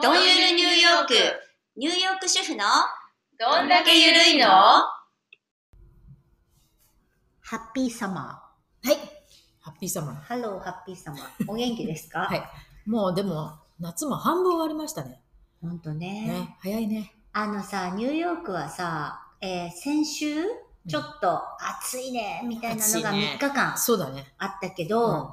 どんゆるニューヨーク、ニューヨーク主婦のどんだけゆるいのハッピーサマはい。ハッピーサマー。ハローハッピーサマー。お元気ですかはいー。もうでも、夏も半分終わりましたね。ほんとねね。早いね。あのさ、ニューヨークはさ、えー先週、ちょっと暑いね、みたいなのが暑いね3日間そうだね。あったけど、うん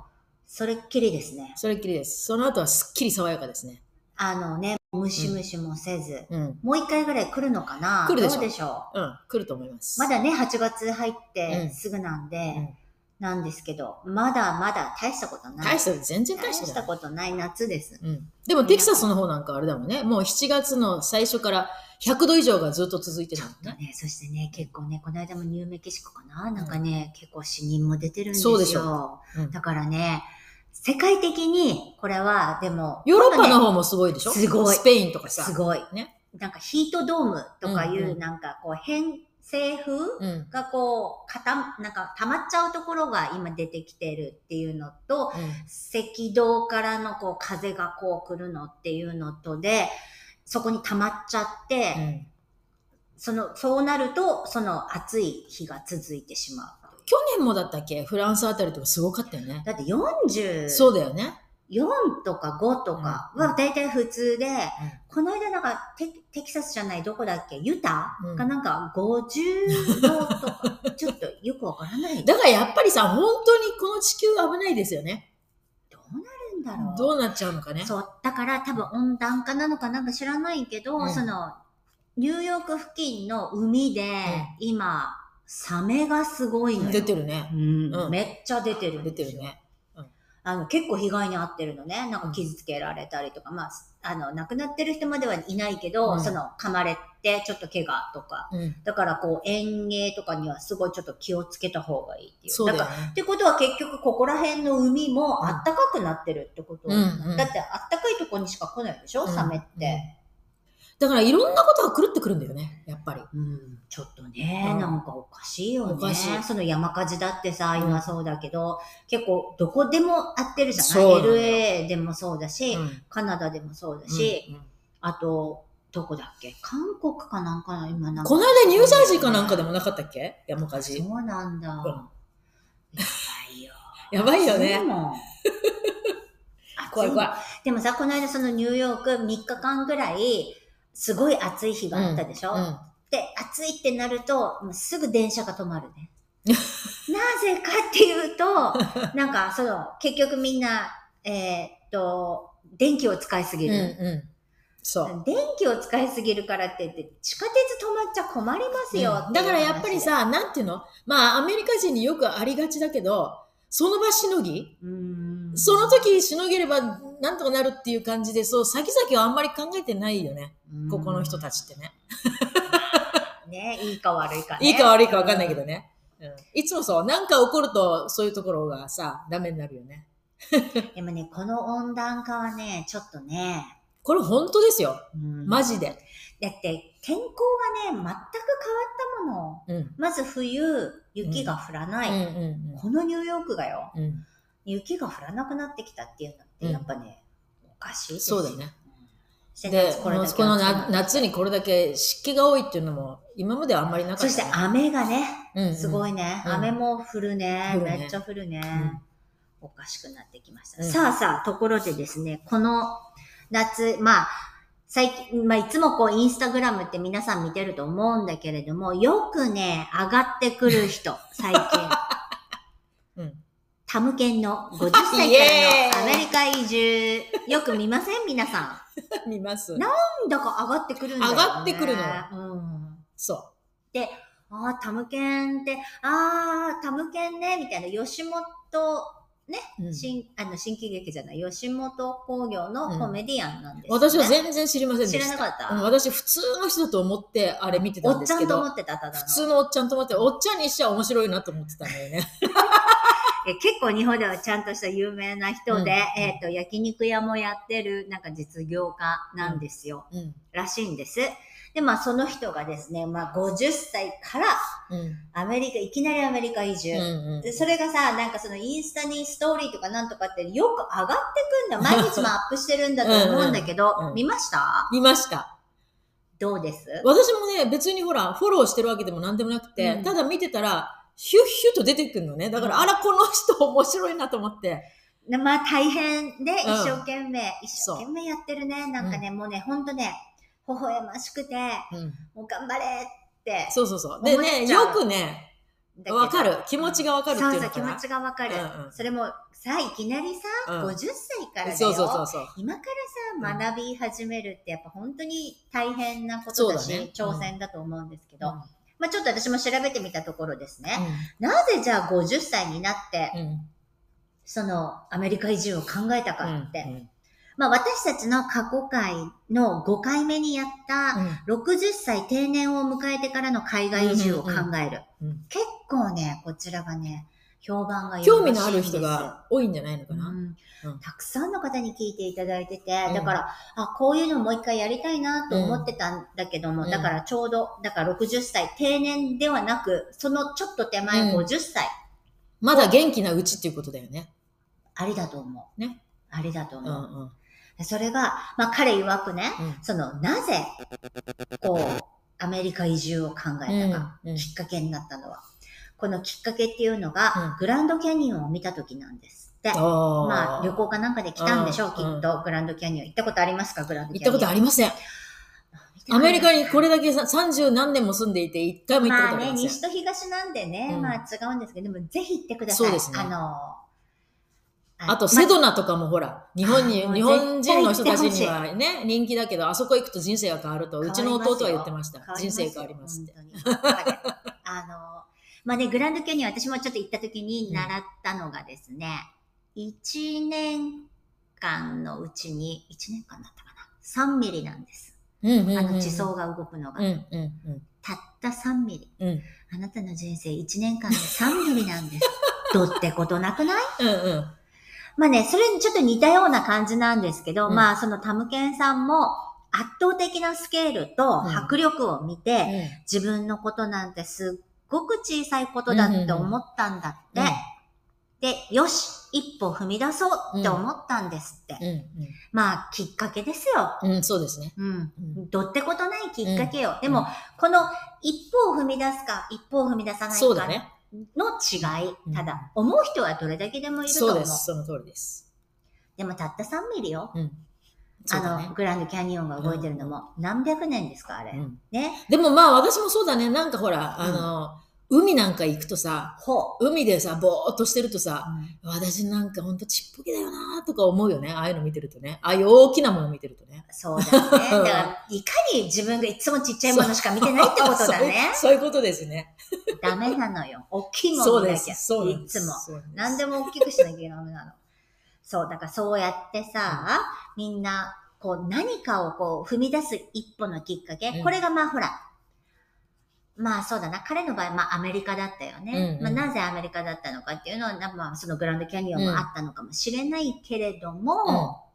それっきりですね。それっきりです。その後はすっきり爽やかですね。あのね、ムシムシもせず、うん。もう一回ぐらい来るのかな来るでしょどうでしょうん。来ると思います。うまだね、8月入っうてんすぐなんで、んなんですけど、まだまだ大したことない。大した、全然大大ししたた。ことない夏です。うん。でも、テキサスの方なんかあれだもんね。もう7月の最初から100度以上がずっと続いてちるょもっんとね。ね、そしてね、結構ね、この間もニューメキシコかななんかね、結構死人も出てるんですよ。そうでしょうんだからね、世界的に、これは、でも、ヨーロッパの方方もすごいでしょすごいスペインとかさ。すごい。ね。なんかヒートドームとかいうんう、うんなんかこう、偏西風うん。がこう、かた、なんか溜まっちゃうところが今出てきてるっていうのと、赤道からのこう、風がこう来るのっていうのとで、そこに溜まっちゃって、うん。うんその、そうなると、その暑い日が続いてしまう。去年もだったっけフランスあたりとかすごかったよね。だって40、そうだよね。 4とか5とかは大体普通で、この間なんかテテキサスじゃないどこだっけユタ、うんがなんか50度とか、ちょっとよくわからない。どだからやっぱりさ、本当にこの地球危ないですよね。うなるんだろう。どうなっちゃうのかね。そう、だから多分温暖化なのかなんか知らないけど、うんその、ニューヨーク付近の海で、今、サメがすごいのよ。出てるねう。ん、うんめっちゃ出てるん出ですてよ。るね。あの、結構被害に遭ってるのね。なんか傷つけられたりとか、まあ、あの、亡くなってる人まではいないけど、うんその、噛まれて、ちょっと怪我とか。うん。だから、こう、園芸とかにはすごいちょっと気をつけた方がいいっていう。そうだかよらねっ。てことは結局、ここら辺の海もあったかくなってるってこと、うんうんだって、あったかいとこにしか来ないでしょ、うんサメって。だからいろんなことが狂ってくるんだよね。やっぱり。うん、ちょっとね、うんなんかおかしいよね。おかしいその山火事だってさ、うん今そうだけど、結構、どこでもあってるじゃそうなないのよ ?LA でもそうだし、うんカナダでもそうだし、うんあと、どこだっけ韓国かなんかな今なんか。この間ニュージャージーかなんかでもなかったっけ山火事そ。うなんだ。うんやばいよ。やばいよ暑いね。も ん怖い怖い。でもさ、この間そのニューヨーク3日間ぐらい、すごい暑い日があったでしょ、うんうんで、暑いってなると、もうすぐ電車が止まる ね。なぜかっていうと、なんかその、結局みんな、えーっと、電気を使いすぎうんる。うん。そう。電気を使いすぎるからって言って、地下鉄止まっちゃ困りますよ、うんだからやっぱり、さ、なんていうのまあ、アメリカ人によくありがちだけど、その場しのぎうんその時しのげればなんとかなるっていう感じで、そう、先々はあんまり考えてないよね。ここの人たちってね。ね、いいか悪いか、ね。いいか悪いかわかんないけどね。うん、いつもそう、なんか起こると、そういうところがさ、ダメになるよね。でもね、この温暖化はね、ちょっとね、これ本当ですよ。うんマジで。だって天候がね、全く変わったもの。うん。うんまず冬、雪が降らない。うんこのニューヨークがよ、うん。うん。雪が降らなくなってきたっていうのって、やっぱね、おかしいですよそうだよね。うん。でで、、ここれだのけ暑このくななる夏にこれだけ湿気が多いっていうのも、今まではあんまりなかった、そね。して雨がね、うんうんすごいね。うん雨も降るね。降るねめっちゃ降るね、んおかしくなってきました。うんさあさあ、ところでですね、この夏、まあ、最近、まあ、いつもこう、インスタグラムって皆さん見てると思うんだけれども、よくね、上がってくる 人、最近。うん。 タムケンの50歳かイエらーのアイメリカ移住。よく見ません皆さ見ます。なうん。だから上がってくるんだよ、ね。上がってくるのようん。そああ、タムケンって、ああ、タムケンね、みたいな、吉本、う。うん新、あの、新喜劇じゃない、吉本興業のコメディアンなんです、ね私は全然知りませんでし知た。らなかった。うん私、普通の人だと思って、あれ見てたんおっでちゃすけんとど。思ってた、ただの。普通のおっちゃんと思って、おっちゃんにしちゃ面白いなと思ってたんだよね。えー結構日本ではちゃんとした有名な人で、うんえっ、と、焼肉屋もやってる、なんか実業家なんですよ。うん。らしいんです。で、まあ、その人がですね、まあ、50歳からうん。アメリカ、いきなりアメリカ移住。うん。でそれがさ、なんかそのインスタにストーリーとかなんとかってよく上がってくんだ。毎日もアップしてるんだと思うんだけど、うんうんうん見ました見ました。どうです私もね、別にほら、フォローしてるわけでも何でもなくて、うんただ見てたら、ヒュッヒュッと出てくるのね。だから、うんあら、この人面白いなと思って。でまあ大変でうん一生懸命、一生そう懸命やってるね。なんかね、もうね、ほんとね、微笑ましくて、もう頑張れって。そうそうそう。で思っね、ちゃうよくね、だけどわかる。気持ちがわかるっていうそうそのう、気か持な。ちがわかる。うんうんそれも、さ、いきなりさ、うん50歳からだよ。そうそうそうそう。今からさ、学び始めるってやっぱ本当に大変なこそとうだだし、ね挑戦だと思うんですけど、うんまあちょっと私も調べてみたところですね、なぜじゃあ50歳になって、うんうんそのアメリカ移住を考えたかって、うんまあ私たちの過去回の5回目にやった、60歳定年を迎えてからの海外移住を考える。うんうん結構ね、こちらがね、評判がいいらしい興んで味すのある人が多いんじゃないのかな。うんうんたくさんの方に聞いていただいてて、うんだから、あ、こういうのもう一回やりたいなと思ってたんだけども、うんだからちょうど、だから60歳、定年ではなく、そのちょっと手前うん50歳、まだ元気なうちっていうことだよね。ありだと思う。ね。ありだとうん思うう。ん。でそれが、まあ彼曰くね、うんその、なぜ、こう、アメリカ移住を考えたか、うんうんきっかけになったのは。このきっかけっていうのが、うんグランドキャニオンを見た時なんですって。あーまあ、旅行かなんかで来たんでしょう、きうんっと。グランドキャニオン。行ったことありますかグランドキ行っャニオン。たことありません。アメリカにこれだけさ30何年も住んでいて、一回も行ったこまあとありね、ません。西と東なんでね、うんまあ違うんですけど、でもぜひ行ってください。そうですねあのー、あと、セドナとかもほら、日本にあ、ー日本人の人たちにはね、人気だけど、あそこ行くと人生が変わると、うちの弟は言ってました。人生変わりますって。て。変わりますよあの、まあ ね、グランドキャニオン私もちょっと行った時に習ったのがですね、1年間のうちに、1年間だったかな、3ミリなんです。うんうんうんあの地層が動くのが。うんうんたった3ミリ。うん。うんあなたの人生1年間で3ミリなんです。 どってことなくないうんうん。まあね、それにちょっと似たような感じなんですけど、うんまあそのタムケンさんも圧倒的なスケールと迫力を見て、自分のことなんてすっごく小さいことだって思ったんだって、うんで、よし、一歩踏み出そうって思ったんですって。うんまあきっかけですよ。うん。うん、そうですね。うん。うんどってことないきっかけよ。でうもん、この一歩を踏み出すか、一歩を踏み出さないかそうだね。の違い。うんただ、思う人はどれだけでもいるとそう思うで。す。その通りです。でもたった3ミリよ。うん。そあうだねの、。グランドキャニオンが動いてるのも、何百年ですか、あれ。うんね。でもまあ私もそうだね。なんかほら、あの、海なんか行くとさ、ほ海でさ、ぼーっとしてるとさ、う。私なんかほんとちっぽけだよなーとか思うよね。ああいうの見てるとね。ああいう大きなもの見てるとね。。そうだね。だから、いかに自分がいつもちっちゃいものしか見てないってことだね そういうそういうことですね。ダメなのよ。大きいもそのう見でなきゃ。す。そうなんいですつも。。そうなんです何でも大きくしなきゃダメなの。そう、だからそうやってさ、みんな、こう何かをこう踏み出す一歩のきっかけ、うんこれがまあほら、まあそうだな、彼の場合、まあアメリカだったよね。うんうんまあなぜアメリカだったのかっていうのは、なまあそのグランドキャニオンもあったのかもしれないけれども、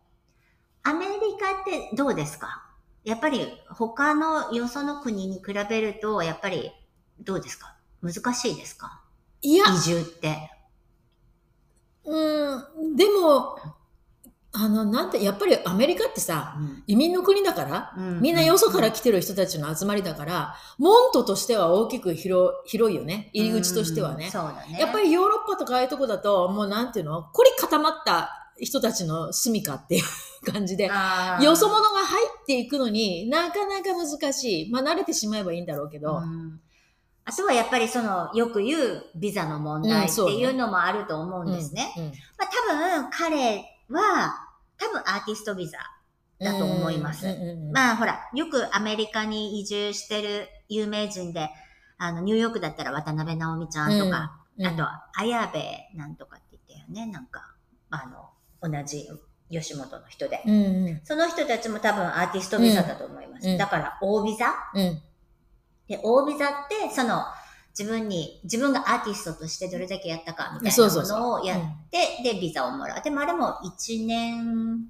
アメリカってどうですかやっぱり他のよその国に比べると、やっぱりどうですか難しいですかいや、移住って。うん、でも、あの、なんて、やっぱりアメリカってさ、移民の国だから、みんなよそから来てる人たちの集まりだから、門徒としては大きく広広いよね。入り口としてはうんね。そうだね。やっぱりヨーロッパとかああいうとこだと、もうなんていうの凝り固まった人たちの住処っていう感じで、あー、よそ者が入っていくのになかなか難しい。まあ慣れてしまえばいいんだろうけど、うんあとはやっぱりその、よく言うビザの問題うんってそうねいうのもあると思うんですね。うん。まあ多分彼は、多分アーティストビザ。だと思いますうんうんうんまあほら、よくアメリカに移住してる有名人で、あの、ニューヨークだったら渡辺直美ちゃんとか、うんあとは綾部なんとかって言ったよね、なんか、あの、同じ吉本の人で。うんうんその人たちも多分アーティストビザだと思います。うんだから、大ビザうんで、大ビザって、その、自分に、自分がアーティストとしてどれだけやったかみたいそうなそうもそうのをやって、で、ビザをもらう。でもあれも1年、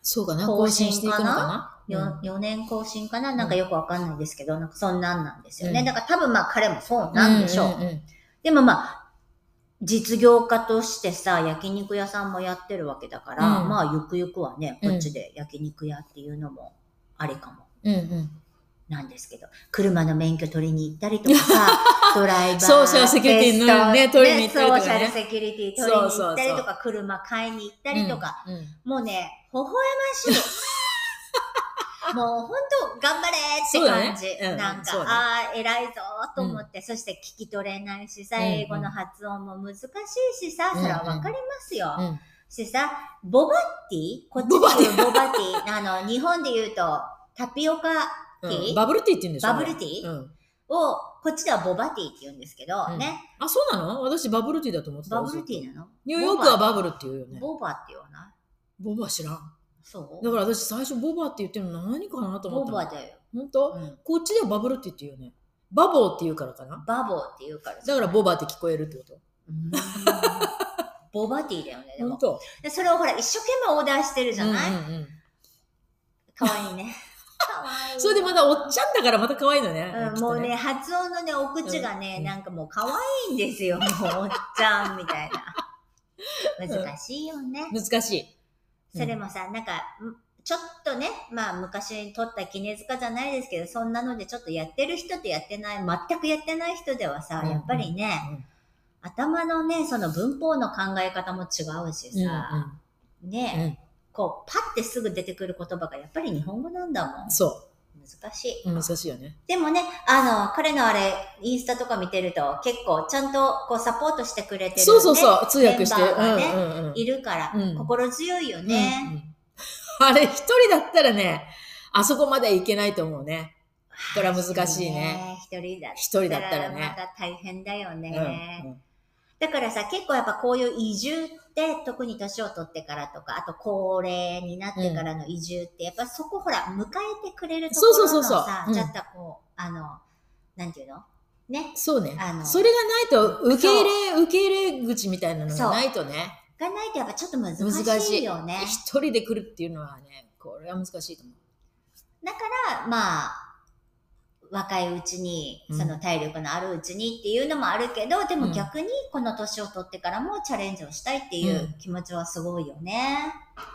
そうかな更更新新していくのかなうん 4, 4年更新かななんかよくわかんないですけど、なんかそんなんなんですよね。うんだから多分まあ彼もそうなんでしょう。んんんでもまあ、実業家としてさ、焼肉屋さんもやってるわけだから、うんまあ、ゆくゆくはね、うんこっちで焼肉屋っていうのもありかも。うんうんなんですけど、車の免許取りに行ったり とかさ、ドライバー、ソーシャルセキュリティのテスねト取りに行ったりとかねソーシャルセキュリティ取りに行ったりとか、そうそうそ車買いに行ったりとか、うんうんもうね、微笑ましい。もう本当、頑張れってそうだね感じ。うんなんか、そうだねああ、偉いぞーと思って、そして聞き取れないしさ、うんうん英語の発音も難しいしさ、それはわかりますよ。うんしてさ、ボバッティこっちで言うボバッティ。あの、日本で言うと、タピオカティうんーバブルティーって言うんでしょバブルティーうんを、こっちではボバティって言うんですけど、うんね。あ、そうなの私バブルティーだと思ってた。バブルティーなのニューヨークはボバブルって言うよバね。ボバって言わないボバ知らん。そうだから私最初ボバって言ってるの何かなと思っボたの。バだよ。本当、うんこっちではバブルティーって言うよね。バボーって言うからかな。バボって言うから。だからボバって聞こえるってこと。うーん。 ボバティーだよね、で本も。当でそれをほら、一生懸命オーダーしてるじゃない、うんうんうんかわいい ね。かわいい。それでまだおっちゃんだからまた可愛いのね。うん、もうね、発音のね、お口がね、うんなんかもう可愛いんですよ。もうおっちゃんみたいな。難しいよね。きっとね。難しい。それもさ、なんか、んちょっとね、まあ昔に撮った絹塚じゃないですけど、そんなのでちょっとやってる人とやってない、全くやってない人ではさ、うんやっぱりね、うん頭のね、その文法の考え方も違うしうんうんさ、ね、こう、パッてすぐ出てくる言葉がやっぱり日本語なんだもん。そ難しい。う。難しいよね。でもね、あの、彼のあれ、インスタとか見てると、結構ちゃんとこうサポートしてくれてる、ね、そうそうそう。通訳して。メンバーがねうんうんうんいるから、うん心強いようんね。うんあれ、一人だったらね、あそこまではいけないと思うね。これは難しいね。一人だっ一人だたったららまね。た大変だようね。んうんだからさ、結構やっぱこういう移住って、特に年を取ってからとか、あと高齢になってからの移住って、やっぱそこほら、迎えてくれるところのさ、そうそうそうそううんちょっとこう、あの、なんていうのね。そうねあ。のそれがないと、受け入れ、受け入れ口みたいなのがないとね、がないとやっぱちょっと難難ししいいよね。一人で来るっていうのはね、これは難しいと思う。まあ、若いうちに、うんその体力のあるうちにっていうのもあるけど、でうんも逆にこの年を取ってからもチャレンジをしたいっていううん気持ちはすごいよね。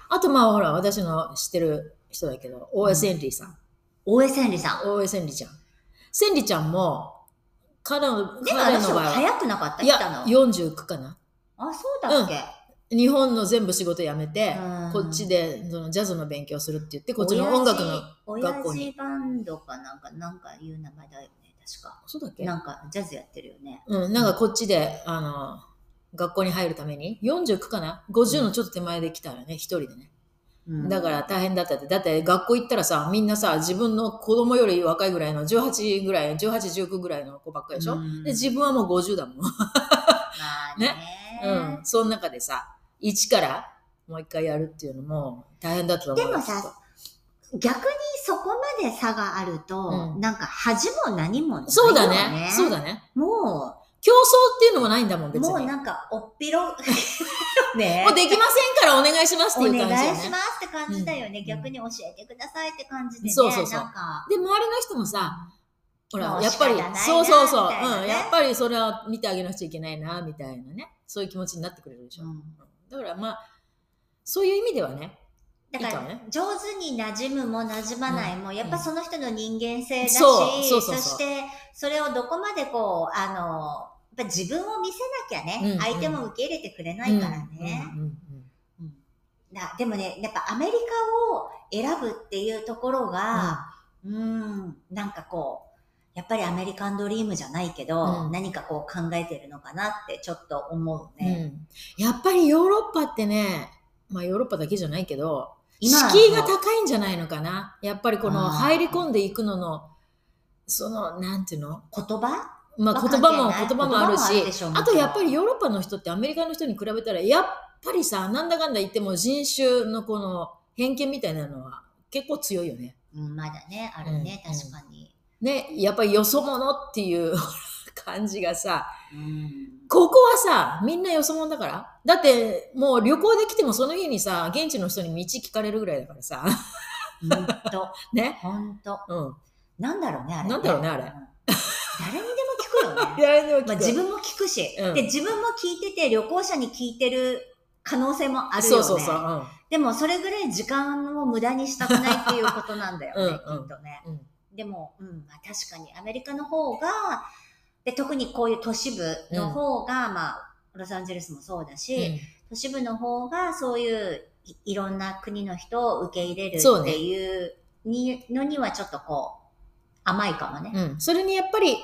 あと、まあ、ほら、私の知ってる人だけど、OS エンリーさん。大江千里さん。大江千里ちゃん。千里ちゃんも、彼の、でもあ彼のの人場合は、早くなかったい来やた、の。 49かな。あ、そうだっけ、日本の全部仕事辞めて、うんこっちでそのジャズの勉強するって言って、こっちの音楽の。親学父校に親父バンドかなんか、なんかいう名前だよね、確か。そうだっけなんかジャズやってるよね。うん、なんかこっちで、あの、学校に入るために、49かな ?50 のちょっと手前で来たらね、一人でね。うんだから、大変だったって。だって学校行ったらさ、みんなさ、自分の子供より若いぐらいの、18ぐらい、18、19ぐらいの子ばっかりでしょ、うんで、自分はもう50だもん。まあね。うん、その中でさ、一からもう一回やるっていうのも大変だったと思うよ。でもさきっ逆にそこまで差があると、うんなんか恥も何もないよ、とね。そうだね。そうだね。も競争っていうのもないんだもん、う、別に。もうもなんか、おっぴ ろ、ねうできませんからお願いしますおって願いう感じよいしまね。すって感じだよね。うん逆に教えてくださいって感じでね。そうそうそうなんか、で、周りの人もさ、ほらも、うやっぱり仕方ない、なそうそうそう、みたいなねうん、やっぱりそれは見てあげなくちゃいけないな、みたいなね。そういう気持ちになってくれるでしょ。うんだからまあ、そういう意味ではね、だかいいからもね上手に馴染むも馴染まないも、やっぱその人の人間性だし、そうそそうそうそうして、それをどこまでこう、あの、やっぱ自分を見せなきゃね、うんうん相手も受け入れてくれないからね。うんうんうんだでもね、やっぱアメリカを選ぶっていうところが、うん、なんかこう、やっぱりアメリカンドリームじゃないけど、うん何かこう考えてるのかなってちょっと思ううんね。やっぱりヨーロッパってね、まあヨーロッパだけじゃないけど、は敷居が高いんじゃないのかな。やっぱりこのあー入り込んでいくのの、その、なんていうの言葉まあまあ言葉関係も、ない言葉もある言葉もあしるでしょうもちあろんとやっぱりヨーロッパの人ってアメリカの人に比べたら、やっぱりさ、なんだかんだ言っても人種のこの偏見みたいなのは結構強いよね。うん、まだね、あるね、うん確かに。ね、やっぱりよそ者っていう 感じがさ、うんここはさ、みんなよそ者だから。だって、もう旅行で来てもその日にさ、現地の人に道聞かれるぐらいだから さ。ほんと、ね。ほんと。うん。なんだろうね、あれ、なんだろうねあれん誰にでも聞くよね。誰にも聞くまあ、自分も聞くし、うんで、自分も聞いてて、旅行者に聞いてる可能性もあるよね。そうそうそう。うんでも、それぐらい時間を無駄にしたくないっていうことなんだよね、うんうんきっとね。うんでも、うん、まあ確かにアメリカの方が、で、特にこういう都市部の方が、まあ、ロサンゼルスもそうだし、都市部の方がそういういいろんな国の人を受け入れるそうっねていうにのにはちょっとこう、甘いかもね。うん。うん。それにやっぱり、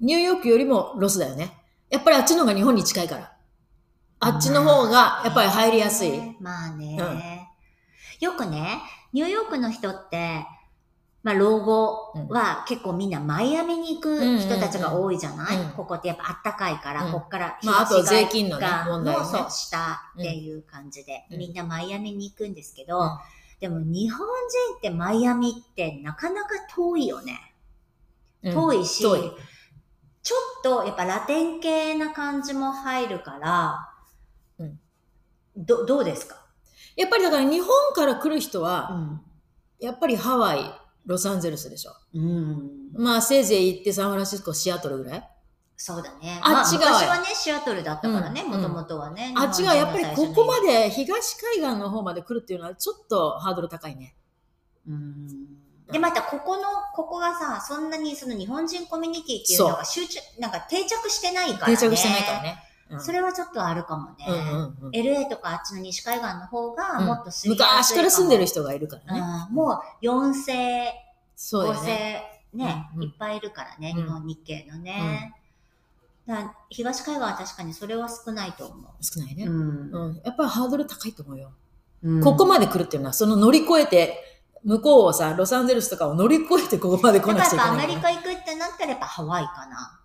ニューヨークよりもロスだよね。やっぱりあっちの方が日本に近いから。あっちの方がやっぱり入りやすい。ね。まあね、よくね、ニューヨークの人って、まあ老後は結構みんなマイアミに行く人たちが多いじゃない、うんうんうんここってやっぱあったかいから、うんこっからまああと東側税金のね問題ねもそう、したっていう感じで、うんみんなマイアミに行くんですけど、うんでも日本人ってマイアミってなかなか遠いよね。うん遠いし、遠いちょっとやっぱラテン系な感じも入るから、うんどどうですか、やっぱりだから日本から来る人は、やっぱりハワイ、ロサンゼルスでしょ。うんまあせいぜい行ってサンフランシスコ、シアトルぐらい。そうだね。あっちが昔はね、シアトルだったからね、うんもともとはね。あっちがやっぱりここまで。で東海岸の方まで来るっていうのはちょっとハードル高いね。うんで、またここの、ここがさ、そんなにその日本人コミュニティっていうのが集中、なんか定着してないからね。定着してないから。ね。うんそれはちょっとあるかもね。うんうんうん LA とかあっちの西海岸の方がもっと住みや昔すいから住んでる人、人がいるからね。うんもう4世、そ5うだよ世ね。ねうんうんいっぱいいるからね、うん日本日系のね。だから東海岸は確かにそれは少ないと思。少ないうね。うん。やっぱりハードル高いと思うよ。うんここまで来るっていうのは、その乗り越えて、向こうをさ、ロサンゼルスとかを乗り越えてここまで来だなかくらちゃいやっぱけアないメからリね。カ行くってなったらやっぱハワイかな。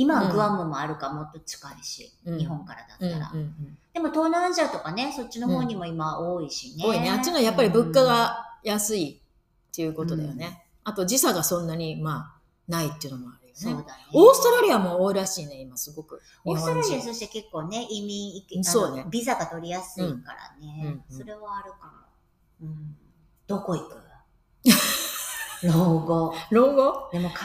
今はグアムもあるかもっと近いし、うん日本からだったら、うんうんうんでも東南アジアとかね、そっちの方にも今多いしね。多いね。あっちのやっぱり物価が安いっていうことだよね。あと時差がそんなに、まあ、ないっていうのもあるうん、そうよだね。ね。オーストラリアも多いらしいね、今すごく。オーストラリ日本ア人そして結構ね、移民行き、そうねあのビザが取りやすいからね、うんそれはあるかも。うん、どこ行く 老後。老後でも考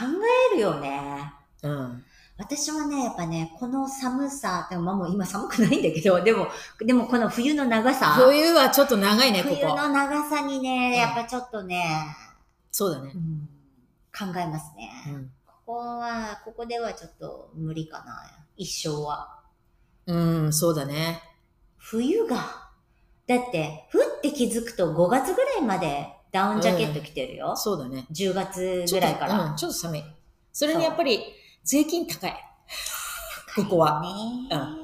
えるよね。うん。私はね、やっぱね、この寒さ、でもまあもう今寒くないんだけど、で も、でもこの冬の長さ、冬はちょっと長いね、こ冬こ。の長さにね、んやっぱちょっとね、そうだねう。ん考えますね、うんここは、ここではちょっと無理かな、一生は。うん、そうだね。冬が、だって、ふって気づくと5月ぐらいまでダウンジャケット着てるよ。そうだね。 10月ぐらいから。ちょっとうん、ちょっと寒い。それにやっぱり、税金高い。ここは。ねうんこ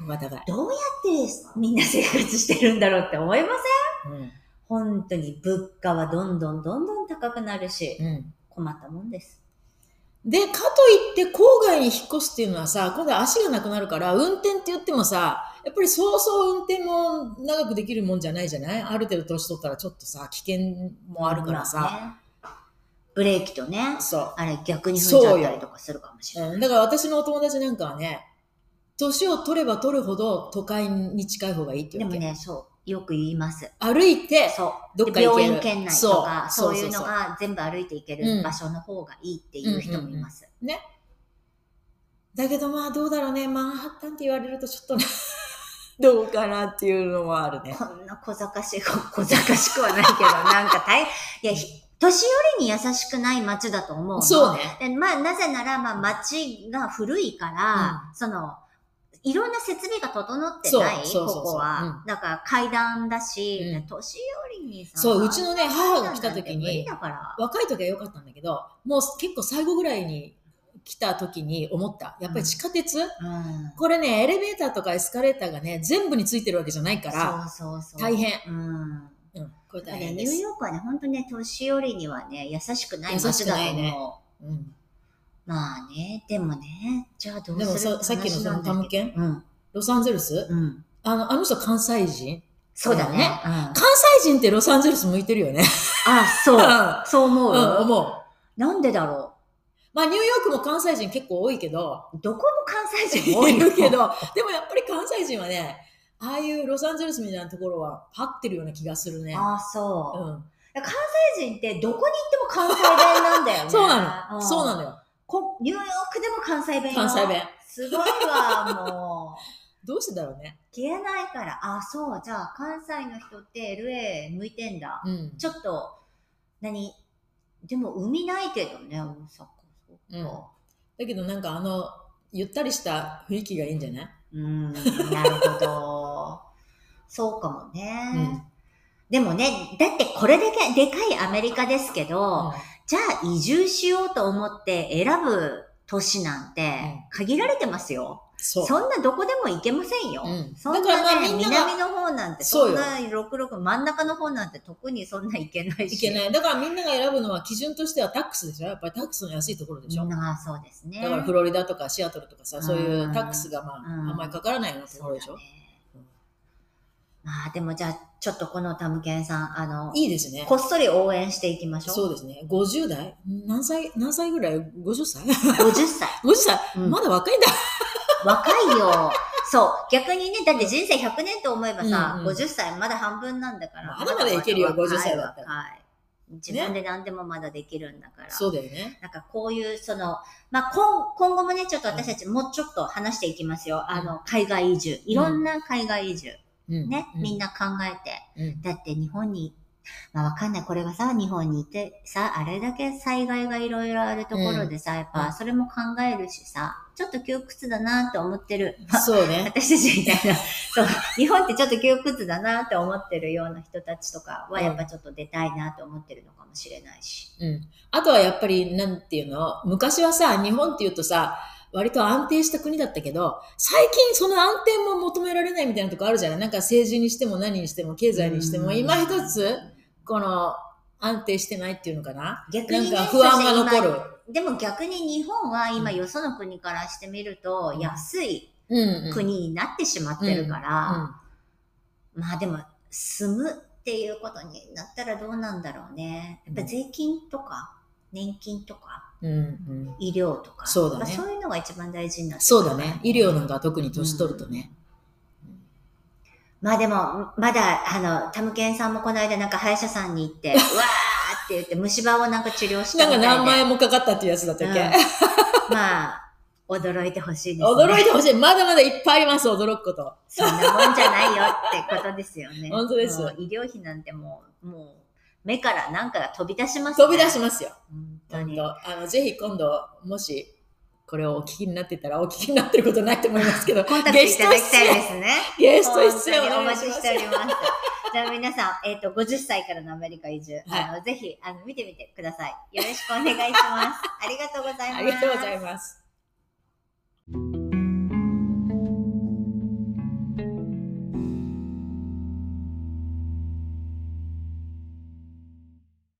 こが高い。どうやってみんな生活してるんだろうって思いませんうん。本当に物価はどんどんどんどん高くなるし、うん。困ったもんです。で、かといって郊外に引っ越すっていうのはさ、今度は足がなくなるから、運転って言ってもさ、やっぱりそうそう運転も長くできるもんじゃないじゃないある程度年取ったらちょっとさ、危険もあるからさ。まあねブレーキとね、そあれ逆に踏んじゃったりとかするかもしう、れない。うん。だから私のお友達なんかはね、年を取れば取るほど都会に近い方がいいってで言うもわけ。ね、そう、よく言います。歩いて、そう。どっか行けるで病院圏内とか、そそうういうそのうそうが全部歩いていける場所の方がいいっていう人もいます。だけどまあどうだろうね、マンハッタンって言われるとちょっとね どうかなっていうのはあるね。こんな小賢しい、小賢しくはないけど、なんか 大、いや、ひ年寄りに優しくない街だと思うの。そうね。でまあ、なぜなら、まあ、町が古いから、その、いろんな設備が整ってない、そうそうそうそこうこは。だから階段だし、うん年寄りにさ、そう、うちのね、母がなん来てた時無理に、だから。若い時は良かったんだけど、もう結構最後ぐらいに来た時に思った。やっぱり地下鉄、うん。これね、エレベーターとかエスカレーターがね、全部についてるわけじゃないから、そうそうそう。大変。うん。うん、これだから大ねニ変でューす。ヨークはね、本当にね、年寄りにはね、優しくない優し街くだとな思。いうねうん、まあね、でもね、じゃあどうですもるささっきのそのタムケン、うん。ロサンゼルス、うん。あの、あの人関西人そうだね。ねうん、あ関西人ってロサンゼルス向いてるよね。 そう。そう思ううん、よ。思う。なんでだろまあニューヨークも関西人結構多いけど、う。どこも関西人多 多いいのけ。ど、でもやっぱり関西人はね、ああいうロサンゼルスみたいなところは、張ってるような気がするね。ああ、そうう。ん。関西人ってどこに行っても関西弁なんだよね。 そうなの。んそうなのよ。こニューヨークでも関西弁よ関西弁。すごいわ、もう。どうしてだろうね。消えないから。あ、そう。じゃあ、関西の人って LA 向いてんだ。うん。ちょっと、何でも、海ないけどね、大阪。そっかうんだけどなんかあの、ゆったりした雰囲気がいいんじゃないうーん、なるほど。 そうかもね。うんでもね、だってこれだけでかいアメリカですけど、うんじゃあ移住しようと思って選ぶ都市なんてうん限られてますよ。そう。そんなどこでも行けませんよ。うんそんだからなまあね、みんなが南の方なんて、そそうよんな66、真ん中の方なんて特にそんな行けないし。いけない。だからみんなが選ぶのは基準としてはタックスでしょやっぱりタックスの安いところでしょ、なあ、そうですね。だからフロリダとかシアトルとかさ、そういうタックスがまあ、うんあんまりかからないようなとこそうでろでししょょ、まあでもじゃあ、ちょっとこのタムケンさん、あの、いいですね。こっそり応援していきましょう。そうですね。50代何歳、何歳ぐらい ?50 歳50歳。 ?50 歳、うんまだ若いんだ。若いよ。そう。逆にね、だって人生100年と思えばさ、うんうん50歳まだ半分なんだから。まだまだいけるよ50歳だったらはい。自分で何でもまだできるんだから。そうだよね。なんかこういう、その、まあ、今、今後もね、ちょっと私たちもうちょっと話していきますよ。あの、海外移住。いろんな海外移住。うんね、みんな。な考えて。うんだって日本に、まあわかんない。これがさ、日本にいてさ、あれだけ災害がいろいろあるところでさ、やっうんぱそれも考えるしさ、ちょっと窮屈だなって思ってる。まあそうね。 私たちみたいな、 そう、日本ってちょっと窮屈だなって思ってるような人たちとかは、うんやっぱちょっと出たいなと思ってるのかもしれないし。うん。あとはやっぱり、なんていうの昔はさ、日本っていうとさ、割と安定した国だったけど、最近その安定も求められないみたいなとこあるじゃないなんか政治にしても何にしても経済にしても、うん今一つ、この、安定してないっていうのかな逆なに、んね、か不安が残そしてる。今。でも逆に日本は今うんよその国からしてみると、うん安いうん、うん。国になってしまってるから、うんまあでも、住むっていうことになったらどうなんだろうね。やっぱ税金とか、年金とか、うんうん、医療とか。そうだねやっぱそういうのが一番大事になってくるそうだね。医療なんかは特に年取るとね。まあでも、まだ、あの、タムケンさんもこの間なんか歯医者さんに行 って、うわーって言って虫歯をなんか治療したなんみたかいで。何万円もかかったっていうやつだったっけ、うんまあ、驚いてほしいです、ね。 驚いてほしい。まだまだいっぱいあります、驚くこと。そんなもんじゃないよってことですよね。本当ですもう医療費なんてもう、もう、目からなんかが飛び出します、飛び出しますよ。本当本に。当あの、ぜひ今度、もし、これをお聞きになってたら、お聞きになってることないと思いますけど、 コンタクトいただきたいですね。ゲスト出演本当おにお願い待しちましす。ております。じゃあ皆さん、えっ、と、50歳からのアメリカ移住、はいあのぜひあの見てみてください。よろしくお願いします。ありがとうございます。ありがとうございます。